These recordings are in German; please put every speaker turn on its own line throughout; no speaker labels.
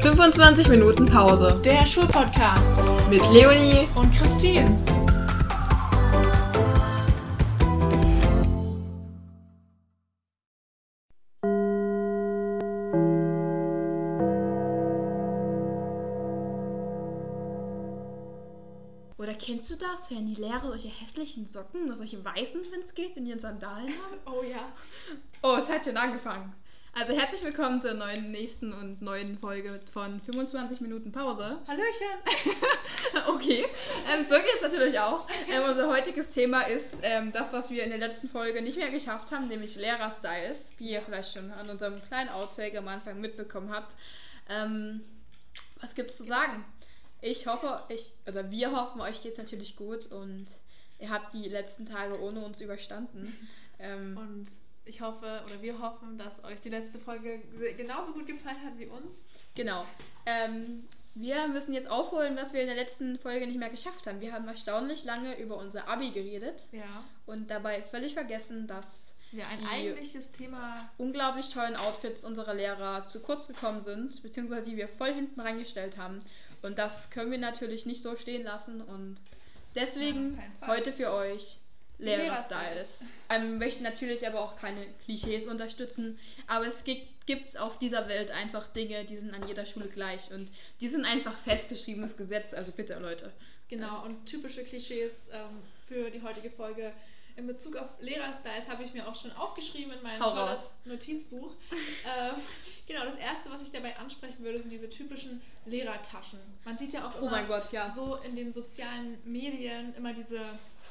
25 Minuten Pause
Der Schulpodcast
mit Leonie.
und Christine.
Oder kennst du das, wenn die Lehrer solche hässlichen Socken, oder solche weißen, wenn es geht, in ihren Sandalen haben?
Oh ja.
Oh, es hat schon angefangen. Also herzlich willkommen zur neuen, nächsten und neuen Folge von 25 Minuten Pause.
Hallöchen.
Okay, ähm, so geht es natürlich auch. Ähm, unser heutiges Thema ist ähm, das, was wir in der letzten Folge nicht mehr geschafft haben, nämlich Lehrerstyles, wie ihr vielleicht schon an unserem kleinen Outtake am Anfang mitbekommen habt. Ähm, was gibt's zu sagen? Ich hoffe, ich, oder wir hoffen, euch geht's natürlich gut und ihr habt die letzten Tage ohne uns überstanden. Ähm,
Und ich hoffe, oder wir hoffen, dass euch die letzte Folge se- genauso gut gefallen hat wie uns.
genau. Ähm, wir müssen jetzt aufholen, was wir in der letzten Folge nicht mehr geschafft haben. Wir haben erstaunlich lange über unser Abi geredet.
Ja.
und dabei völlig vergessen, dass
Wir ein
Die-
eigentliches Thema.
unglaublich tollen Outfits unserer Lehrer zu kurz gekommen sind, beziehungsweise die wir voll hinten reingestellt haben. Und das können wir natürlich nicht so stehen lassen und
Ja, auf
deswegen
keinen Fall.
heute für euch
Lehrerstyles.
Lehrerstyles. Ähm, Wir möchten natürlich aber auch keine Klischees unterstützen, aber es gibt gibt's auf dieser Welt einfach Dinge, die sind an jeder Schule gleich und die sind einfach festgeschriebenes Gesetz, also bitte Leute. Das
Genau.
ist-
Und typische Klischees ähm, für die heutige Folge. In Bezug auf Lehrerstyles habe ich mir auch schon aufgeschrieben in meinem
Hau
tolles Notizbuch. ähm, genau, das erste, was ich dabei ansprechen würde, sind diese typischen Lehrertaschen. Man sieht ja auch immer
Oh mein Gott, ja.
Ah, so in den sozialen Medien immer diese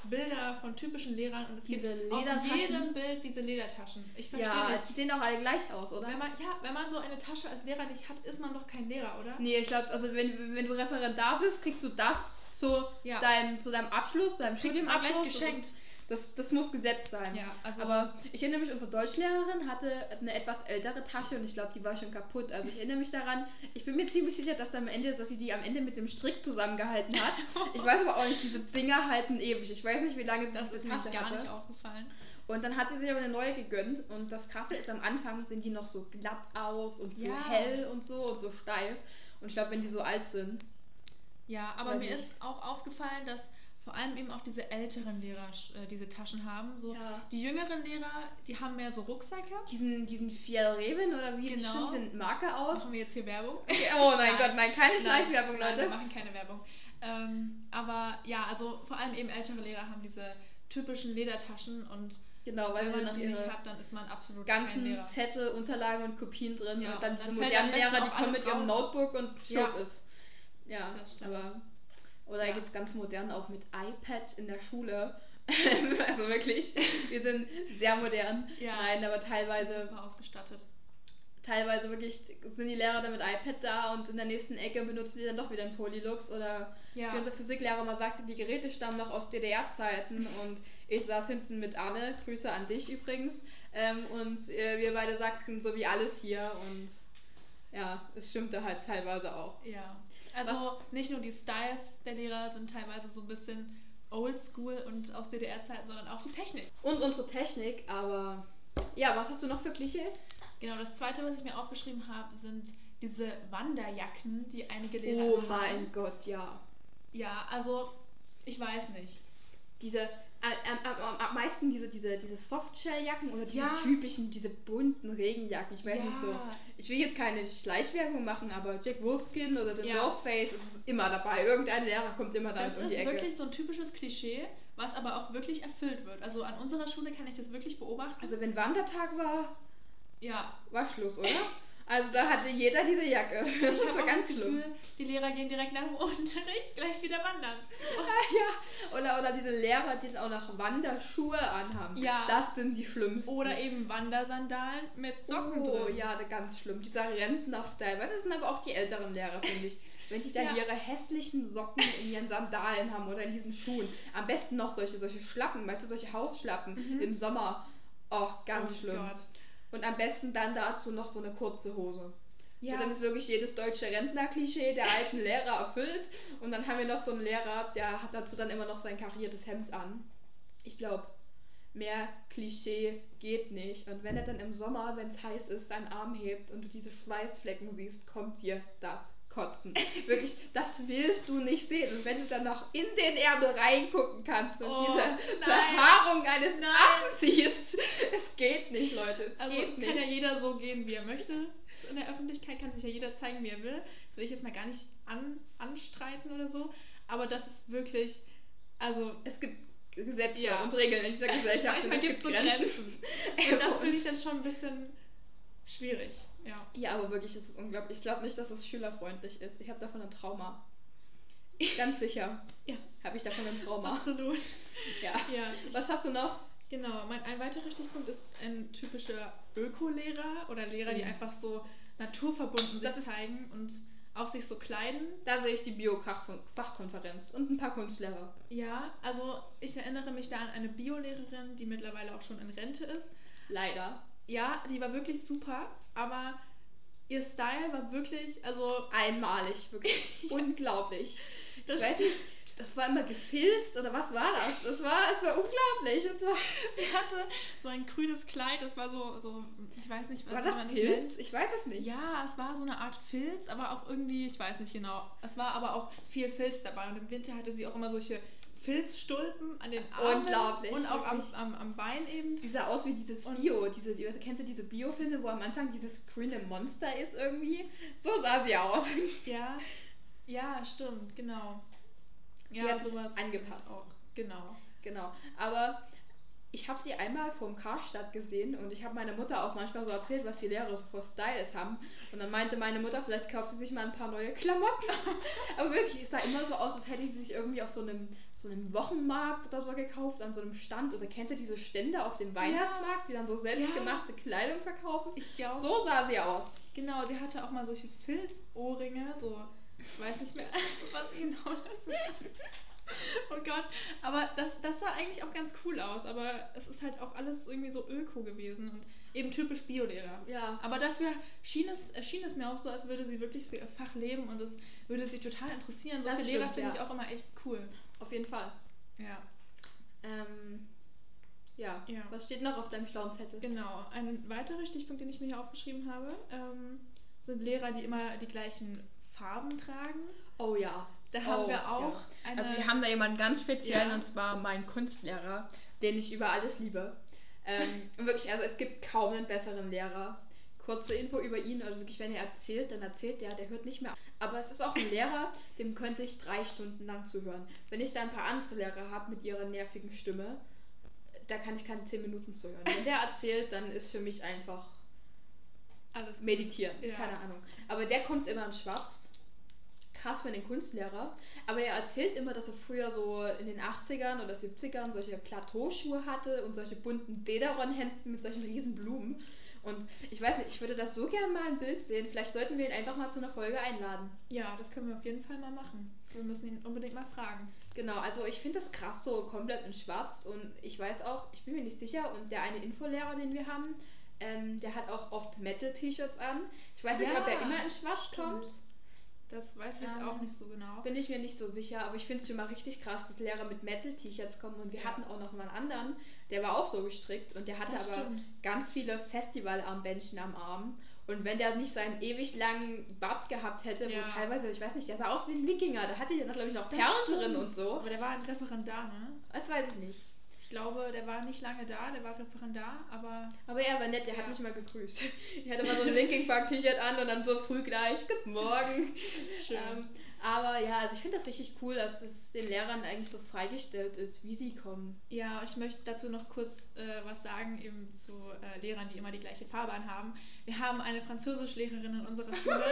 Bilder von typischen Lehrern und es
Diese
gibt auf
Ledertaschen.
jedem Bild diese Ledertaschen. Ich verstehe
Ja, die
nicht.
sehen doch alle gleich aus, oder?
Wenn man, ja, wenn man so eine Tasche als Lehrer nicht hat, ist man doch kein Lehrer, oder?
Nee, ich glaube, also wenn, wenn du Referendar bist, kriegst du das zu,
Ja.
deinem, zu deinem Abschluss, deinem
kriegt man gleich
Studienabschluss. Das,
geschenkt.
ist, das, das muss Gesetz sein.
Ja, also
Aber ich erinnere mich, unsere Deutschlehrerin hatte eine etwas ältere Tasche und ich glaube, die war schon kaputt. Also ich erinnere mich daran, ich bin mir ziemlich sicher, dass, da am Ende, dass sie die am Ende mit einem Strick zusammengehalten hat. Ich weiß aber auch nicht, diese Dinger halten ewig. Ich weiß nicht, wie lange sie
das
diese
ist mir
Tasche
gar
hatte.
nicht aufgefallen.
Und dann hat sie sich aber eine neue gegönnt. Und das Krasse ist, am Anfang sehen die noch so glatt aus und so
Ja.
hell und so und so steif. Und ich glaube, wenn die so alt sind.
Ja, aber
Weiß
mir
nicht.
ist auch aufgefallen, dass vor allem eben auch diese älteren Lehrer äh, diese Taschen haben. So.
Ja.
Die jüngeren Lehrer, die haben mehr so Rucksäcke.
Diesen, diesen Fjellreven oder wie
Genau.
genau. sind Marke aus?
Machen wir jetzt hier Werbung?
Oh mein
Nein.
Gott, nein, keine
Nein,
Schleichwerbung,
nein, Wir
Leute.
machen keine Werbung. Ähm, aber ja, also vor allem eben ältere Lehrer haben diese typischen Ledertaschen und
Genau, weil
wenn
sie
man
noch
die nicht
ihre
hat, dann ist man absolut kein
ganzen
Lehrer.
Zettel, Unterlagen und Kopien drin.
Ja,
und dann
und
diese
dann fällt
modernen
am besten
Lehrer, die
auch
kommen
alles
mit ihrem
raus.
Notebook und
Ja.
Schluss ist. Ja,
Das stimmt.
aber. Oder
Ja.
ja. jetzt ganz modern auch mit iPad in der Schule. also wirklich, wir sind sehr modern.
Ja.
Nein, also aber teilweise,
Super ausgestattet.
teilweise wirklich sind die Lehrer dann mit iPad da und in der nächsten Ecke benutzen die dann doch wieder einen Polylux oder
Ja.
wie unser Physiklehrer mal sagte, die Geräte stammen noch aus DDR-Zeiten und ich saß hinten mit Anne, Grüße an dich übrigens, ähm, und äh, wir beide sagten so wie alles hier und ja, es stimmte halt teilweise auch.
ja. Also nicht nur die Styles der Lehrer sind teilweise so ein bisschen oldschool und aus DDR-Zeiten, sondern auch die Technik.
Und unsere Technik, aber ja, was hast du noch für Klischees?
Genau, das zweite, was ich mir aufgeschrieben habe, sind diese Wanderjacken, die einige Lehrer
Oh
haben.
mein Gott, ja.
Ja, also ich weiß nicht.
diese am, am, am, am meisten diese, diese, diese Softshell-Jacken oder diese
Ja.
typischen, diese bunten Regenjacken. Ich weiß
ja.
nicht so. Ich will jetzt keine Schleichwerbung machen, aber Jack Wolfskin oder The
Ja.
North Face es ist immer dabei. Irgendein Lehrer kommt immer damit
Das
um
ist
die Ecke.
wirklich so ein typisches Klischee, was aber auch wirklich erfüllt wird. Also an unserer Schule kann ich das wirklich beobachten.
Also wenn Wandertag war,
ja,
war Schluss, oder? Also da hatte jeder diese Jacke. Das
ich
ist
hab
war
auch
ganz
das
schlimm.
Gefühl, die Lehrer gehen direkt nach dem Unterricht gleich wieder wandern.
Oder, oder diese Lehrer, die dann auch noch Wanderschuhe anhaben.
Ja.
Das sind die schlimmsten.
Oder eben Wandersandalen mit Socken
Mhm. oh,
drin.
ja, da- ganz schlimm. Dieser Rentner-Style. Weißt du, das sind aber auch die älteren Lehrer, finde ich. Wenn die dann
Ja.
ihre hässlichen Socken in ihren Sandalen haben oder in diesen Schuhen. Am besten noch solche, solche Schlappen, weißt du, solche Hausschlappen
Mhm.
im Sommer. Oh, ganz
Oh
schlimm.
Gott.
Und am besten dann dazu noch so eine kurze Hose. Ja.
Ja.
Und dann ist wirklich jedes deutsche Rentner-Klischee der alten Lehrer erfüllt. Und dann haben wir noch so einen Lehrer, der hat dazu dann immer noch sein kariertes Hemd an. Ich glaube, mehr Klischee geht nicht. Und wenn er dann im Sommer, wenn es heiß ist, seinen Arm hebt und du diese Schweißflecken siehst, kommt dir das kotzen. Wirklich, das willst du nicht sehen. Und wenn du dann noch in den Ärmel reingucken kannst und
Oh,
diese
nein.
Behaarung eines
Nein.
Affen siehst, es geht nicht, Leute. Es
Also
geht
es kann ja
nicht.
jeder so gehen, wie er möchte. In der Öffentlichkeit kann sich ja jeder zeigen, wie er will. Das will ich jetzt mal gar nicht an, anstreiten oder so. Aber das ist wirklich, also
Es gibt Gesetze
Ja.
und Regeln in dieser Gesellschaft und
manchmal
es
gibt
gibt
es so
Grenzen.
Grenzen. Und das finde
Und-
ich dann schon ein bisschen schwierig. Ja.
Ja, aber wirklich, das ist unglaublich. Ich glaube nicht, dass es schülerfreundlich ist. Ich habe davon ein Trauma. Ganz sicher.
Ja.
Habe ich davon ein Trauma.
Absolut.
Ja.
Ja,
Was hast du noch?
Genau, mein, ein weiterer Stichpunkt ist ein typischer Öko-Lehrer oder Lehrer, die
Mhm.
einfach so naturverbunden
Das
sich
ist-
zeigen und auch sich so kleiden.
Da sehe ich die Bio-Fachkonferenz und ein paar Kunstlehrer.
Ja, also ich erinnere mich da an eine Bio-Lehrerin, die mittlerweile auch schon in Rente ist.
Leider.
Ja, die war wirklich super, aber ihr Style war wirklich, also
Einmalig, wirklich. Unglaublich.
das
ich weiß nicht, das war immer gefilzt oder was war das? Das war, es war unglaublich. Es war,
sie hatte so ein grünes Kleid, das war so, so ich weiß nicht,
war
wie
das
man nennt.
Filz? Ich weiß es nicht.
Ja, es war so eine Art Filz, aber auch irgendwie, ich weiß nicht genau. Es war aber auch viel Filz dabei und im Winter hatte sie auch immer solche Filzstulpen an den Armen
Unglaublich,
und auch am,
wirklich.
am, am Bein eben.
Die sah aus wie dieses
Und-
Bio, diese, die- kennst du diese Bio-Filme, wo am Anfang dieses grüne Monster ist irgendwie? So sah sie aus.
Ja, ja, stimmt, genau.
Sie
Ja,
hat sich
sowas finde ich
angepasst.
Auch. Genau.
Genau. Aber ich habe sie einmal vom Karstadt gesehen und ich habe meiner Mutter auch manchmal so erzählt, was die Lehrer so für Styles haben. Und dann meinte meine Mutter, vielleicht kauft sie sich mal ein paar neue Klamotten. Aber wirklich, es sah immer so aus, als hätte sie sich irgendwie auf so einem, so einem Wochenmarkt oder so gekauft, an so einem Stand. Oder kennt ihr diese Stände auf dem Weihnachtsmarkt, die dann so selbstgemachte Kleidung verkaufen?
Ich glaube,
So sah sie aus.
genau, sie hatte auch mal solche Filzohrringe, so, ich weiß nicht mehr, was genau das war. Oh Gott, aber das, das sah eigentlich auch ganz cool aus, aber es ist halt auch alles irgendwie so öko gewesen und eben typisch Biolehrer.
Ja.
Aber dafür schien es, erschien es mir auch so, als würde sie wirklich für ihr Fach leben und es würde sie total interessieren.
Das
Solche
stimmt,
Lehrer finde
ja.
ich auch immer echt cool.
Auf jeden Fall.
Ja,
Ähm, ja.
Ja.
Was steht noch auf deinem schlauen Zettel?
genau. Ein weiterer Stichpunkt, den ich mir hier aufgeschrieben habe, ähm, sind Lehrer, die immer die gleichen Farben tragen.
Oh ja.
Da haben
Oh,
wir auch
ja.
eine.
Also wir haben da jemanden ganz speziellen
Ähm. Ja.
und zwar meinen Kunstlehrer, den ich über alles liebe. Ähm, und wirklich, also es gibt kaum einen besseren Lehrer. Kurze Info über ihn, also wirklich, wenn er erzählt, dann erzählt er, der hört nicht mehr. auf. Aber es ist auch ein Lehrer, dem könnte ich drei Stunden lang zuhören. Wenn ich da ein paar andere Lehrer habe mit ihrer nervigen Stimme, da kann ich keine zehn Minuten zuhören. Wenn der erzählt, dann ist für mich einfach
alles
meditieren,
Ja.
keine Ahnung. Aber der kommt immer in Schwarz. Krass für den Kunstlehrer. Aber er erzählt immer, dass er früher so in den 80ern oder 70ern solche Plateauschuhe hatte und solche bunten Dederon-Hemden mit solchen riesen Blumen. Und ich weiß nicht, ich würde das so gern mal ein Bild sehen. Vielleicht sollten wir ihn einfach mal zu einer Folge einladen.
Ja, das können wir auf jeden Fall mal machen. Wir müssen ihn unbedingt mal fragen.
Genau, also ich finde das krass, so komplett in Schwarz. Und ich weiß auch, ich bin mir nicht sicher. Und der eine Infolehrer, den wir haben, ähm, der hat auch oft Metal-T-Shirts an. Ich weiß nicht,
Ja,
ob er immer in Schwarz
stimmt.
kommt.
Das weiß ich jetzt
Ähm,
auch nicht so genau.
Bin ich mir nicht so sicher, aber ich finde es schon mal richtig krass, dass Lehrer mit Metal-T-Shirts kommen und wir
Ja.
hatten auch noch mal einen anderen, der war auch so gestrickt und der hatte
Das
aber
stimmt.
ganz viele Festivalarmbändchen am Arm. Und wenn der nicht seinen ewig langen Bart gehabt hätte,
Ja.
wo teilweise, ich weiß nicht, der sah aus wie ein Wikinger, da hatte der noch, glaube ich, noch
Das
Perlen
stimmt.
drin und so.
Aber der war ein Referendar, ne?
Das weiß ich nicht.
Ich glaube, der war nicht lange da, der war Referendar, aber
Aber er war nett, der hat
Ja.
mich mal gegrüßt. Er hatte mal so ein Linkin Park-T-Shirt an und dann so früh gleich, guten Morgen.
schön.
Ähm, aber ja, also ich finde das richtig cool, dass es den Lehrern eigentlich so freigestellt ist, wie sie kommen.
Ja, ich möchte dazu noch kurz äh, was sagen, eben zu äh, Lehrern, die immer die gleiche Farbe anhaben. Wir haben eine Französischlehrerin in unserer Schule.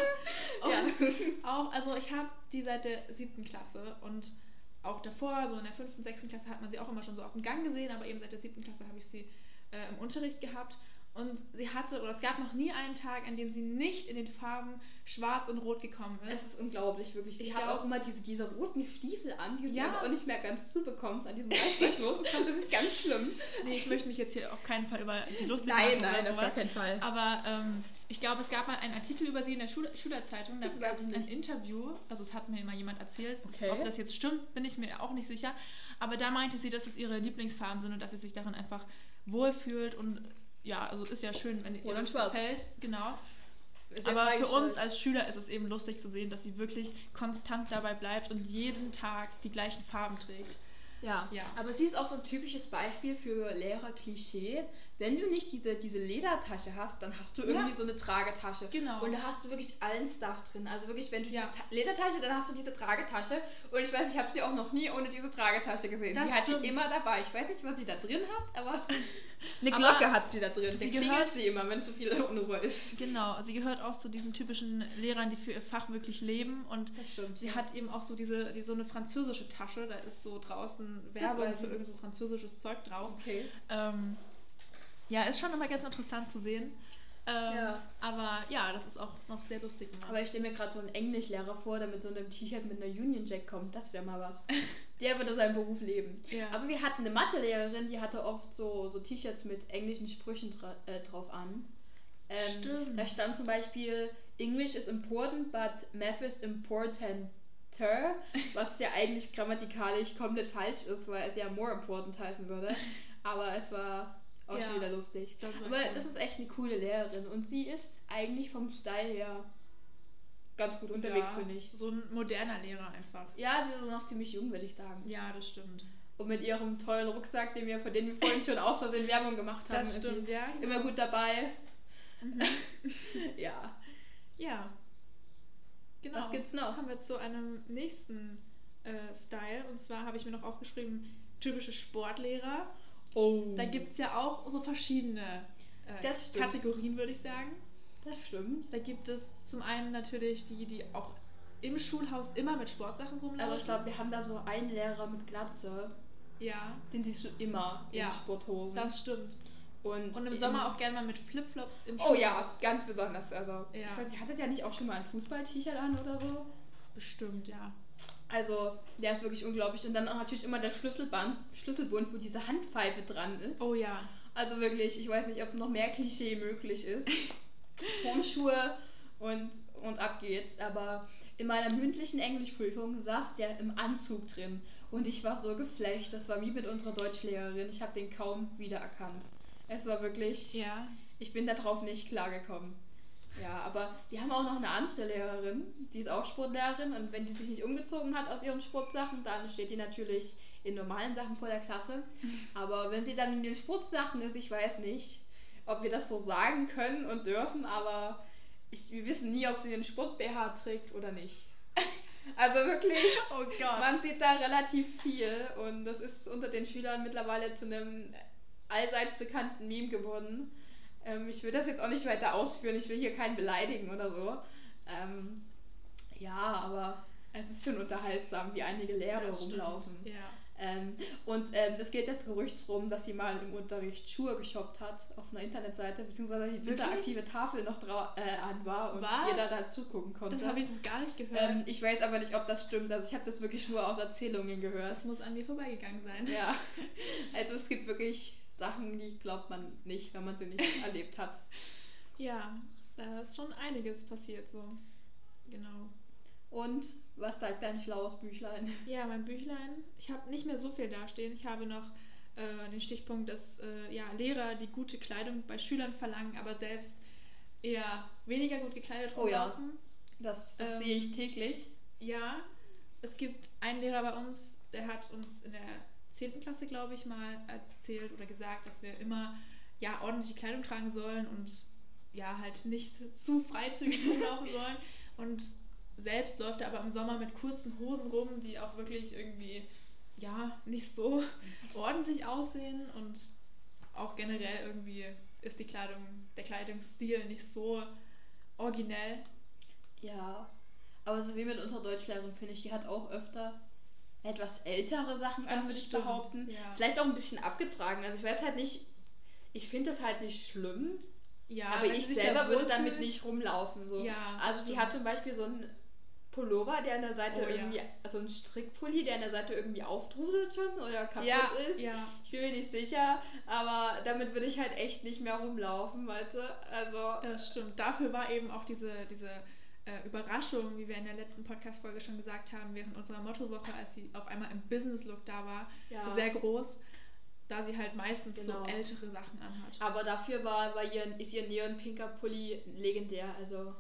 Und
Ja.
auch, also ich habe die seit der siebten Klasse und auch davor, so in der fünften, sechsten Klasse hat man sie auch immer schon so auf dem Gang gesehen, aber eben seit der siebten Klasse habe ich sie äh, im Unterricht gehabt. Und sie hatte, oder es gab noch nie einen Tag, an dem sie nicht in den Farben schwarz und rot gekommen
Es
ist.
ist unglaublich, wirklich.
Ich
Ich habe
glaub-
auch immer diese, diese roten Stiefel an, die sie
Ja.
aber auch nicht mehr ganz zubekommt an diesem Reißverschluss. das ist ganz schlimm.
Nee, ich möchte mich jetzt hier auf keinen Fall über sie lustig machen oder sowas.
keinen Fall.
Aber ähm, ich glaube, es gab mal einen Artikel über sie in der Schul Schülerzeitung. Da
Das
gab
weiß
es
ich
ein
nicht.
Interview. Also, es hat mir mal jemand erzählt.
Okay.
Ob das jetzt stimmt, bin ich mir auch nicht sicher. Aber da meinte sie, dass es ihre Lieblingsfarben sind und dass sie sich darin einfach wohlfühlt. Und ja, also ist ja schön, wenn ihr
Rot und
das
schwarz.
gefällt. Genau.
Ist ja
Aber für
freigestellt.
uns als Schüler ist es eben lustig zu sehen, dass sie wirklich konstant dabei bleibt und jeden Tag die gleichen Farben trägt.
Ja.
Ja.
aber sie ist auch so ein typisches Beispiel für Lehrer-Klischee. Wenn du nicht diese, diese Ledertasche hast, dann hast du
Ja.
irgendwie so eine Tragetasche.
Genau.
Und da hast du wirklich allen Stuff drin. Also wirklich, wenn du
Ja.
diese Ta Ledertasche, dann hast du diese Tragetasche. Und ich weiß, ich habe sie auch noch nie ohne diese Tragetasche gesehen.
Das
sie hat
stimmt.
die immer dabei. Ich weiß nicht, was sie da drin hat, aber eine
Aber
Glocke hat sie da drin.
sie
Sie
gehört-
klingelt sie immer, wenn zu viel Unruhe ist.
Genau, sie gehört auch zu diesen typischen Lehrern, die für ihr Fach wirklich leben. Und
Das stimmt.
sie hat eben auch so diese die, so eine französische Tasche, da ist so draußen
weiß
Werbung
ich
für
nicht.
irgend so französisches Zeug drauf.
Okay.
Ähm, ja, ist schon immer ganz interessant zu sehen. Ähm,
Ja.
Aber ja, das ist auch noch sehr lustig. gemacht.
Aber ich stelle mir gerade so einen Englischlehrer vor, der mit so einem T-Shirt mit einer Union Jack kommt. Das wäre mal was. Der würde seinen Beruf leben.
ja.
Aber wir hatten eine Mathelehrerin, die hatte oft so, so T-Shirts mit englischen Sprüchen dra äh, drauf an. Ähm,
Stimmt.
Da stand zum Beispiel, English is important, but Math is importanter, was ja eigentlich grammatikalisch komplett falsch ist, weil es ja more important heißen würde. Aber es war auch schon
Ja.
wieder lustig.
Das war
Aber
cool.
das ist echt eine coole Lehrerin und sie ist eigentlich vom Style her ganz gut unterwegs,
ja,
finde ich.
So ein moderner Lehrer einfach.
Ja, sie ist auch noch ziemlich jung, würde ich sagen.
Ja, das stimmt.
Und mit ihrem tollen Rucksack, den wir, von dem wir vorhin schon aus Versehen Werbung gemacht haben,
Das
ist
stimmt,
sie
ja. genau. Mhm.
immer gut dabei. ja.
Ja. Genau.
Was gibt's noch?
Kommen wir zu einem nächsten äh, Style. Und zwar habe ich mir noch aufgeschrieben, typische Sportlehrer.
Oh.
Da gibt es ja auch so verschiedene äh,
Das stimmt.
Kategorien, würde ich sagen.
das stimmt.
Da gibt es zum einen natürlich die, die auch im Schulhaus immer mit Sportsachen rumlaufen.
Also ich glaube, wir haben da so einen Lehrer mit Glatze,
Ja,
den siehst du immer
Ja.
in Sporthosen.
das stimmt.
und,
Und im Sommer auch gerne mal mit Flipflops im
Oh ja,
Schulhaus.
ganz besonders. Also
Ja.
ich weiß nicht, hattet ihr nicht auch schon mal ein Fußball-T-Shirt an oder so?
Bestimmt, ja.
Also der ist wirklich unglaublich. Und dann auch natürlich immer der Schlüsselband, Schlüsselbund, wo diese Handpfeife dran ist.
Oh ja.
Also wirklich, ich weiß nicht, ob noch mehr Klischee möglich ist. Turnschuhe und, und ab geht's. Aber in meiner mündlichen Englischprüfung saß der im Anzug drin. Und ich war so geflecht. Das war wie mit unserer Deutschlehrerin. Ich habe den kaum wiedererkannt. Es war wirklich,
Ja.
ich bin darauf nicht klargekommen. Ja, aber wir haben auch noch eine andere Lehrerin, die ist auch Sportlehrerin. Und wenn die sich nicht umgezogen hat aus ihren Sportsachen, dann steht die natürlich in normalen Sachen vor der Klasse. Aber wenn sie dann in den Sportsachen ist, ich weiß nicht, ob wir das so sagen können und dürfen, aber ich, wir wissen nie, ob sie den Sport-BH trägt oder nicht. Also wirklich.
Oh Gott.
Man sieht da relativ viel und das ist unter den Schülern mittlerweile zu einem allseits bekannten Meme geworden. Ähm, ich will das jetzt auch nicht weiter ausführen, ich will hier keinen beleidigen oder so. Ähm, ja, aber es ist schon unterhaltsam, wie einige Lehrer
Das stimmt.
rumlaufen.
Ja.
Ähm, und ähm, es geht das Gerücht rum, dass sie mal im Unterricht Schuhe geshoppt hat auf einer Internetseite, beziehungsweise die
Wirklich?
interaktive Tafel noch dra- äh, an war und
Was?
jeder da zugucken konnte.
Das habe ich noch gar nicht gehört.
Ähm, ich weiß aber nicht, ob das stimmt. Also ich habe das wirklich nur aus Erzählungen gehört.
das muss an mir vorbeigegangen sein.
Ja. Also es gibt wirklich Sachen, die glaubt man nicht, wenn man sie nicht erlebt hat.
Ja, da ist schon einiges passiert so. Genau.
Und was sagt dein schlaues Büchlein?
Ja, mein Büchlein. Ich habe nicht mehr so viel dastehen. Ich habe noch äh, den Stichpunkt, dass äh, ja, Lehrer die gute Kleidung bei Schülern verlangen, aber selbst eher weniger gut gekleidet
Oh ja.
rumlaufen.
Das, das
Ähm,
sehe ich täglich.
Ja, es gibt einen Lehrer bei uns, der hat uns in der 10. Klasse, glaube ich, mal erzählt oder gesagt, dass wir immer ja, ordentliche Kleidung tragen sollen und ja, halt nicht zu freizügig rumlaufen sollen. Und selbst läuft er aber im Sommer mit kurzen Hosen rum, die auch wirklich irgendwie ja, nicht so ordentlich aussehen und auch generell irgendwie ist die Kleidung, der Kleidungsstil nicht so originell.
Ja. Aber es ist wie mit unserer Deutschlehrerin, finde ich. Die hat auch öfter etwas ältere Sachen an,
Das
würde ich
stimmt,
behaupten.
ja.
Vielleicht auch ein bisschen abgetragen. Also ich weiß halt nicht, ich finde das halt nicht schlimm,
Ja,
aber
wenn
ich
sie sich da
selber würde
wohlfühlt-
damit nicht rumlaufen. So.
Ja,
Also sie
stimmt.
hat zum Beispiel so einen Pullover, der an der Seite
Oh, ja.
irgendwie, also einen Strickpulli, der an der Seite irgendwie aufdrudelt schon oder kaputt
ja,
ist.
Ja,
Ich bin mir nicht sicher, aber damit würde ich halt echt nicht mehr rumlaufen, weißt du? Also,
das stimmt. Dafür war eben auch diese, diese äh, Überraschung, wie wir in der letzten Podcast-Folge schon gesagt haben, während unserer Mottowoche, als sie auf einmal im Business-Look da war,
ja.
sehr groß. da sie halt meistens
Genau.
so ältere Sachen anhat.
Aber dafür war, war ihr, ist ihr neonpinker Pulli legendär. Also.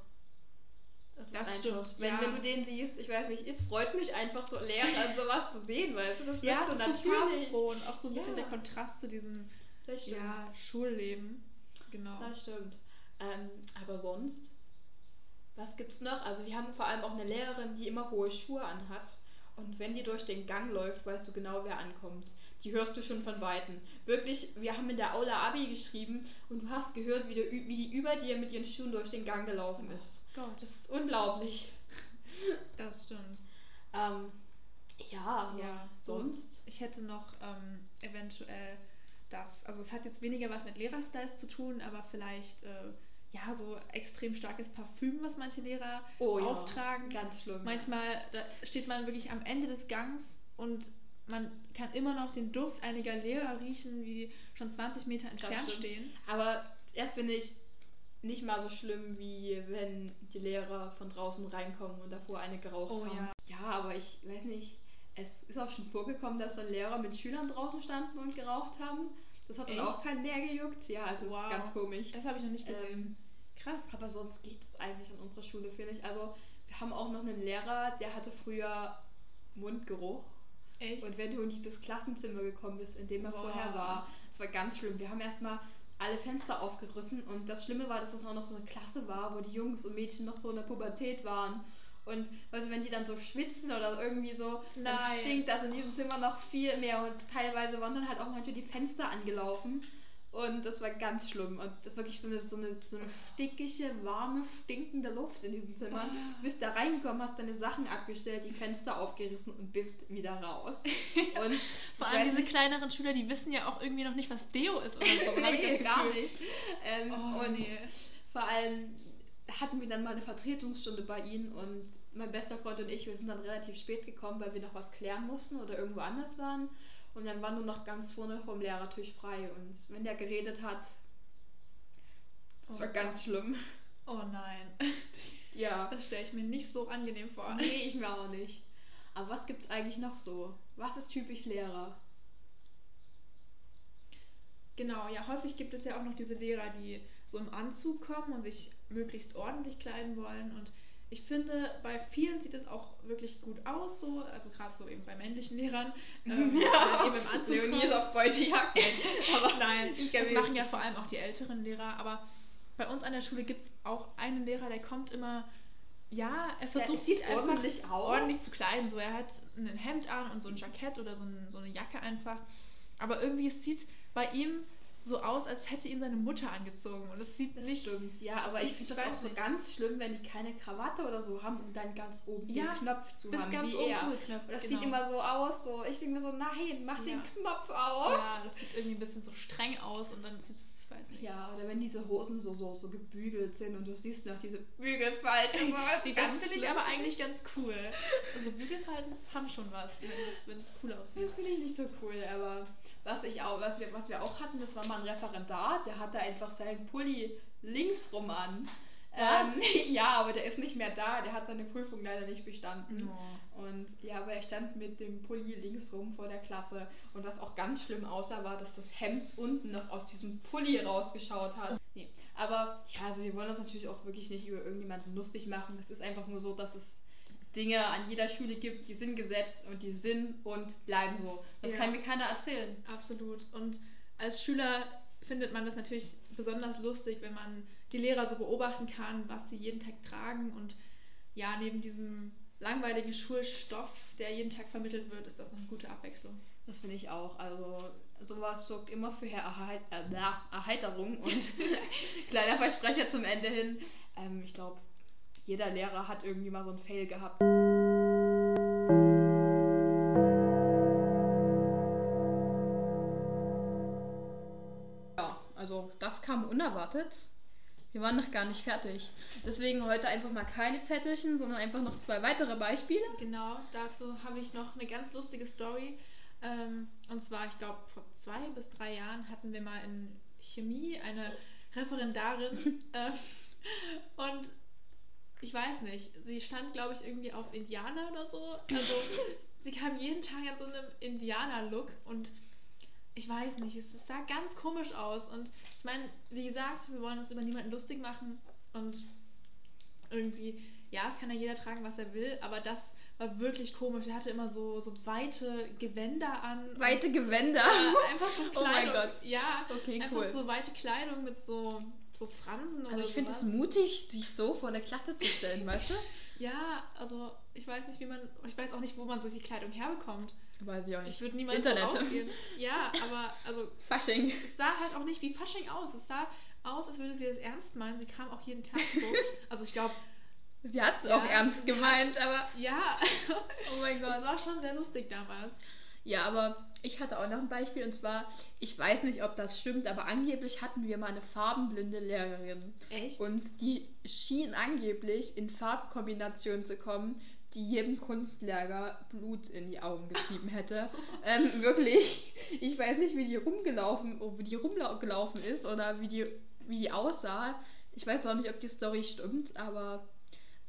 Das,
Das
ist
stimmt,
einfach, wenn,
ja.
wenn du den siehst, ich weiß nicht, es freut mich einfach so leer, also sowas zu sehen, weißt du? Das
Ja,
wirkt
es
so
ist so
natürlich.
farbenfroh und auch so ein bisschen
Ja.
der Kontrast zu diesem
das stimmt.
ja, Schulleben. Genau.
Das stimmt. Ähm, aber sonst, was gibt's noch? Also wir haben vor allem auch eine Lehrerin, die immer hohe Schuhe anhat. Und wenn die durch den Gang läuft, weißt du genau, wer ankommt. Die hörst du schon von Weitem. Wirklich, wir haben in der Aula Abi geschrieben und du hast gehört, wie, der, Ü- wie die über dir mit ihren Schuhen durch den Gang gelaufen ist.
Gott,
Das ist unglaublich.
das stimmt.
Ähm, ja, aber
Ja, so-
sonst?
Ich hätte noch ähm, eventuell das, also es hat jetzt weniger was mit Lehrerstyles zu tun, aber vielleicht äh, ja so extrem starkes Parfüm, was manche Lehrer
Oh ja,
auftragen.
ganz genau. schlimm.
Manchmal da steht man wirklich am Ende des Gangs und man kann immer noch den Duft einiger Lehrer riechen, wie schon 20 Meter entfernt
stimmt.
stehen.
Aber das finde ich nicht mal so schlimm, wie wenn die Lehrer von draußen reinkommen und davor eine geraucht
Oh,
haben. Ja. aber ich weiß nicht, es ist auch schon vorgekommen, dass dann Lehrer mit Schülern draußen standen und geraucht haben. Das hat dann
Echt?
auch keinen mehr gejuckt. Ja, also das
Wow.
ist ganz komisch.
Das habe ich noch nicht gesehen.
Ähm,
Krass.
aber sonst geht es eigentlich an unserer Schule, finde ich. Also wir haben auch noch einen Lehrer, der hatte früher Mundgeruch.
Echt?
Und wenn du in dieses Klassenzimmer gekommen bist, in dem er
Boah.
vorher war, es war ganz schlimm. Wir haben erstmal alle Fenster aufgerissen und das Schlimme war, dass es auch noch so eine Klasse war, wo die Jungs und Mädchen noch so in der Pubertät waren. Und also wenn die dann so schwitzen oder irgendwie so, dann
Nein.
stinkt das in diesem Zimmer noch viel mehr. Und teilweise waren dann halt auch manche die Fenster angelaufen. Und das war ganz schlimm. Und das wirklich so eine, so eine, so eine stickige, warme, stinkende Luft in diesen Zimmern. Du bist da reingekommen, hast deine Sachen abgestellt, die Fenster aufgerissen und bist wieder raus. Und ich
Vor allem
weiß
diese
nicht,
kleineren Schüler, die wissen ja auch irgendwie noch nicht, was Deo ist oder so. oder? Hab ich das
nee, gar
Gefühl.
nicht. Ähm,
Oh,
und
nee.
vor allem hatten wir dann mal eine Vertretungsstunde bei ihnen und mein bester Freund und ich, wir sind dann relativ spät gekommen, weil wir noch was klären mussten oder irgendwo anders waren. Und dann war nur noch ganz vorne vom Lehrertisch frei. Und wenn der geredet hat, das
Oh
war ganz schlimm.
Oh nein.
Ja.
Das stelle ich mir nicht so angenehm vor.
Nee, ich mir auch nicht. Aber was gibt's eigentlich noch so? Was ist typisch Lehrer?
Genau, ja, häufig gibt es ja auch noch diese Lehrer, die so im Anzug kommen und sich möglichst ordentlich kleiden wollen. Und ich finde, bei vielen sieht es auch wirklich gut aus, so, also gerade so eben bei männlichen Lehrern. Ähm, die dann eben im Anzug
Leonie ist
kommen.
auf Beutejagd. Aber
Nein,
ich
das
kann
machen
mir
ja vor allem auch die älteren Lehrer, aber bei uns an der Schule gibt es auch einen Lehrer, der kommt immer, ja,
der
er versucht
sieht
sich einfach
ordentlich aus.
ordentlich zu kleiden. So, er hat ein Hemd an und so ein Jackett oder so, ein, so eine Jacke einfach. Aber irgendwie, es sieht bei ihm so aus, als hätte ihn seine Mutter angezogen. Und es sieht
Das
nicht.
stimmt, ja, aber ich finde
Ich
das auch
weiß
so
nicht.
ganz schlimm, wenn die keine Krawatte oder so haben und dann ganz oben
Ja,
den Knopf zu
Bis
haben,
ganz
wie
oben
er.
zugeknöpft.
Und das
genau.
sieht immer so aus, so ich denke mir so, nein, mach den
Ja.
Knopf auf.
Ja, das sieht irgendwie ein bisschen so streng aus und dann sieht es, ich weiß nicht.
Ja, oder wenn diese Hosen so, so, so gebügelt sind und du siehst noch diese Bügelfalte und sowas.
Die, das
ganz
finde ich
schlimm.
aber eigentlich ganz cool. Also Bügelfalten haben schon was, wenn es- wenn es cool aussieht.
Das finde ich nicht so cool, aber was, ich auch, was, wir, was wir auch hatten, das war mal ein Referendar, der hatte einfach seinen Pulli links rum an.
Was?
Ähm, ja, aber der ist nicht mehr da, der hat seine Prüfung leider nicht
Mhm.
bestanden. Und ja, aber er stand mit dem Pulli links rum vor der Klasse. Und was auch ganz schlimm aussah, war, dass das Hemd unten noch aus diesem Pulli rausgeschaut hat. Nee. Aber ja, also wir wollen uns natürlich auch wirklich nicht über irgendjemanden lustig machen. Es ist einfach nur so, dass es Dinge an jeder Schule gibt, die sind gesetzt und die sind und bleiben so. Das
Ja.
kann mir keiner erzählen.
Absolut. Und als Schüler findet man das natürlich besonders lustig, wenn man die Lehrer so beobachten kann, was sie jeden Tag tragen. Und ja, neben diesem langweiligen Schulstoff, der jeden Tag vermittelt wird, ist das eine gute Abwechslung.
Das finde ich auch. Also sowas sorgt immer für Erheit äh, na, Erheiterung und kleiner Versprecher zum Ende hin. Ähm, ich glaube, jeder Lehrer hat irgendwie mal so einen Fail gehabt. Ja, also das kam unerwartet. Wir waren noch gar nicht fertig. Deswegen heute einfach mal keine Zettelchen, sondern einfach noch zwei weitere Beispiele.
Genau, dazu habe ich noch eine ganz lustige Story. Ähm, und zwar, ich glaube, vor zwei bis drei Jahren hatten wir mal in Chemie eine Referendarin. ähm, und ich weiß nicht, sie stand, glaube ich, irgendwie auf Indianer oder so. Also, sie kam jeden Tag in so einem Indianer-Look und ich weiß nicht, es, es sah ganz komisch aus. Und ich meine, wie gesagt, wir wollen uns über niemanden lustig machen. Und irgendwie, ja, es kann ja jeder tragen, was er will, aber das war wirklich komisch. Er hatte immer so, so weite Gewänder an.
Weite Gewänder.
Ja, einfach so
Oh mein
Kleidung.
Gott.
Ja,
Okay,
einfach
cool.
so weite Kleidung mit so, so Fransen oder
also ich finde es
sowas.
mutig, sich so vor der Klasse zu stellen, weißt du?
Ja, also ich weiß nicht, wie man, ich weiß auch nicht, wo man solche Kleidung herbekommt.
Weiß ich auch nicht.
Ich würde niemals
Internet.
So aufgehen. Ja, aber also
Fasching.
es sah halt auch nicht wie Fasching aus. Es sah aus, als würde sie das ernst meinen. Sie kam auch jeden Tag so. Also ich glaube,
Sie hat es
Ja,
auch ernst
sie hat's.
gemeint, aber
ja,
oh mein
das
Gott.
war schon sehr lustig damals.
Ja, aber ich hatte auch noch ein Beispiel und zwar, ich weiß nicht, ob das stimmt, aber angeblich hatten wir mal eine farbenblinde Lehrerin.
Echt?
Und die schien angeblich in Farbkombinationen zu kommen, die jedem Kunstlehrer Blut in die Augen getrieben hätte. ähm, wirklich, ich weiß nicht, wie die rumgelaufen, wie die rumgelaufen ist oder wie die, wie die aussah. Ich weiß auch nicht, ob die Story stimmt, aber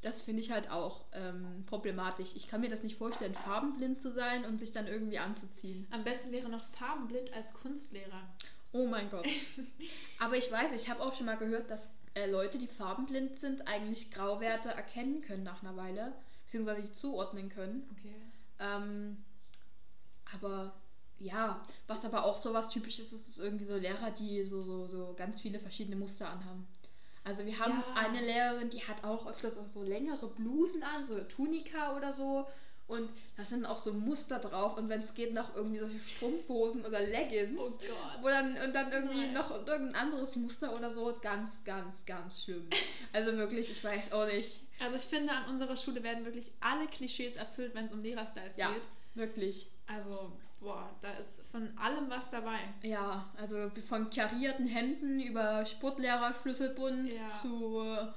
das finde ich halt auch ähm, problematisch. Ich kann mir das nicht vorstellen, farbenblind zu sein und sich dann irgendwie anzuziehen.
Am besten wäre noch farbenblind als Kunstlehrer.
Oh mein Gott. Aber ich weiß, ich habe auch schon mal gehört, dass äh, Leute, die farbenblind sind, eigentlich Grauwerte erkennen können nach einer Weile, beziehungsweise sie zuordnen können.
Okay.
Ähm, aber ja, was aber auch so was typisch ist, ist irgendwie so Lehrer, die so, so, so ganz viele verschiedene Muster anhaben. Also wir haben
Ja.
eine Lehrerin, die hat auch öfters auch so längere Blusen an, so Tunika oder so. Und da sind auch so Muster drauf. Und wenn es geht, noch irgendwie solche Strumpfhosen oder Leggings.
Oh Gott.
Wo dann, und dann irgendwie
Nein.
noch irgendein anderes Muster oder so. Ganz, ganz, ganz schlimm. Also wirklich, ich weiß auch nicht.
Also ich finde, an unserer Schule werden wirklich alle Klischees erfüllt, wenn es um Lehrerstyles
Ja.
geht.
Wirklich.
Also, boah, da ist von allem was dabei.
Ja, also von karierten Händen über Sportlehrer, Schlüsselbund
Ja.
zu. also,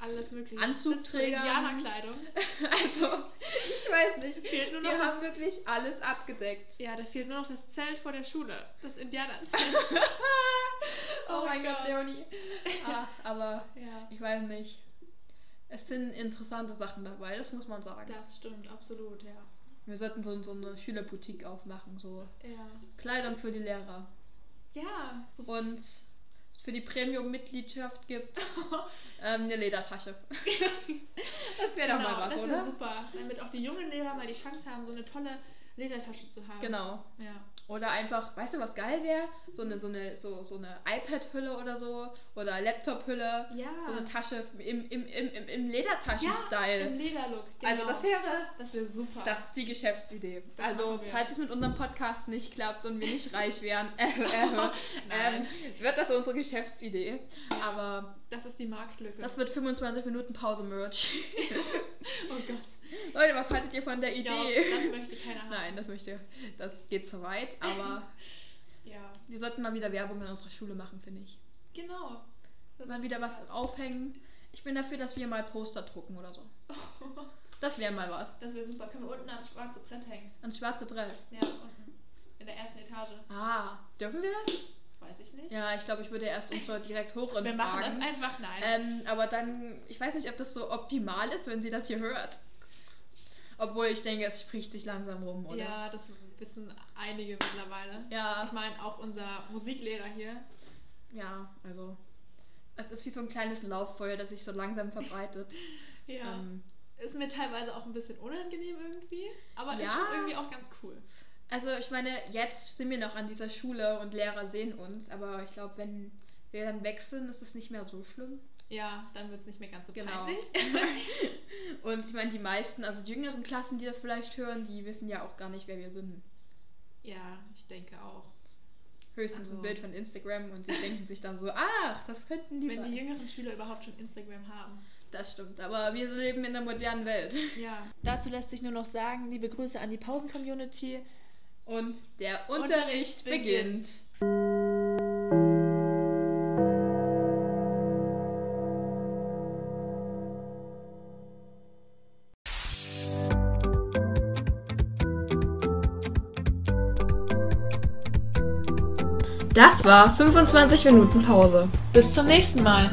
Alles mögliche.
Anzugträger.
Bis zur Indianerkleidung.
Also, ich weiß nicht.
Fehlt nur noch
Wir
das-
haben wirklich alles abgedeckt.
Ja, da fehlt nur noch das Zelt vor der Schule. Das Indianerzelt.
Oh,
Oh
mein
mein
Gott,
Gott.
Leonie. Ah, aber
ja.
ich weiß nicht. Es sind interessante Sachen dabei, das muss man sagen.
Das stimmt, absolut, ja.
Wir sollten so, so eine Schülerboutique aufmachen, so
Ja.
Kleidung für die Lehrer.
Ja, so
Und für die Premium-Mitgliedschaft gibt ähm, eine Ledertasche. das wäre doch
genau,
mal was,
das wär
oder?
super. Damit auch die jungen Lehrer mal die Chance haben, so eine tolle Ledertasche zu haben.
Genau.
Ja.
Oder einfach, weißt du, was geil wäre? So eine, so eine, so, so eine iPad-Hülle oder so. Oder Laptop-Hülle.
Ja.
So eine Tasche im, im, im, im, im
Ja,
Ledertaschen-Style.
Im Lederlook. genau.
Also das wäre.
das wäre super.
Das ist die Geschäftsidee.
Das
also,
machen wir.
falls es mit unserem Podcast nicht klappt und wir nicht reich wären, äh, äh, ähm,
Nein.
wird das unsere Geschäftsidee. Aber
das ist die Marktlücke.
das wird 25 Minuten Pause-Merch.
oh Gott.
Leute, was haltet ihr von der
Ich glaub,
Idee?
das möchte keiner haben.
Nein, das möchte Das geht zu weit, aber
Ja.
wir sollten mal wieder Werbung in unserer Schule machen, finde ich.
Genau.
Mal wieder was aufhängen. Ich bin dafür, dass wir mal Poster drucken oder so. Das wäre mal was.
Das wäre super. Können wir unten ans schwarze Brett hängen?
Ans schwarze Brett.
Ja, unten. In der ersten Etage.
Ah, dürfen wir das?
Weiß ich nicht.
Ja, ich glaube, ich würde erst unsere direkt hoch
Wir
fragen.
machen das einfach nein.
Ähm, aber dann, ich weiß nicht, ob das so optimal ist, wenn sie das hier hört. Obwohl ich denke, es spricht sich langsam rum, oder?
ja, das wissen einige mittlerweile.
Ja,
Ich meine, auch unser Musiklehrer hier.
ja, also. Es ist wie so ein kleines Lauffeuer, das sich so langsam verbreitet.
Ja.
Ähm,
Ist mir teilweise auch ein bisschen unangenehm irgendwie, aber ist
Ja.
schon irgendwie auch ganz cool.
also ich meine, jetzt sind wir noch an dieser Schule und Lehrer sehen uns, aber ich glaube, wenn wir dann wechseln, ist es nicht mehr so schlimm.
Ja, dann wird es nicht mehr ganz so
Genau.
peinlich.
Und ich meine, die meisten, also die jüngeren Klassen, die das vielleicht hören, die wissen ja auch gar nicht, wer wir sind.
Ja, ich denke auch.
Höchstens ein
Also-
Bild von Instagram und sie denken sich dann so, ach, das könnten die
Wenn
sein.
die jüngeren Schüler überhaupt schon Instagram haben.
Das stimmt, aber wir leben in der modernen Welt.
Ja. Dazu lässt sich nur noch sagen, liebe Grüße an die Pausen-Community.
Und der Unterricht,
Unterricht
beginnt. Das war 25 Minuten Pause.
Bis zum nächsten Mal.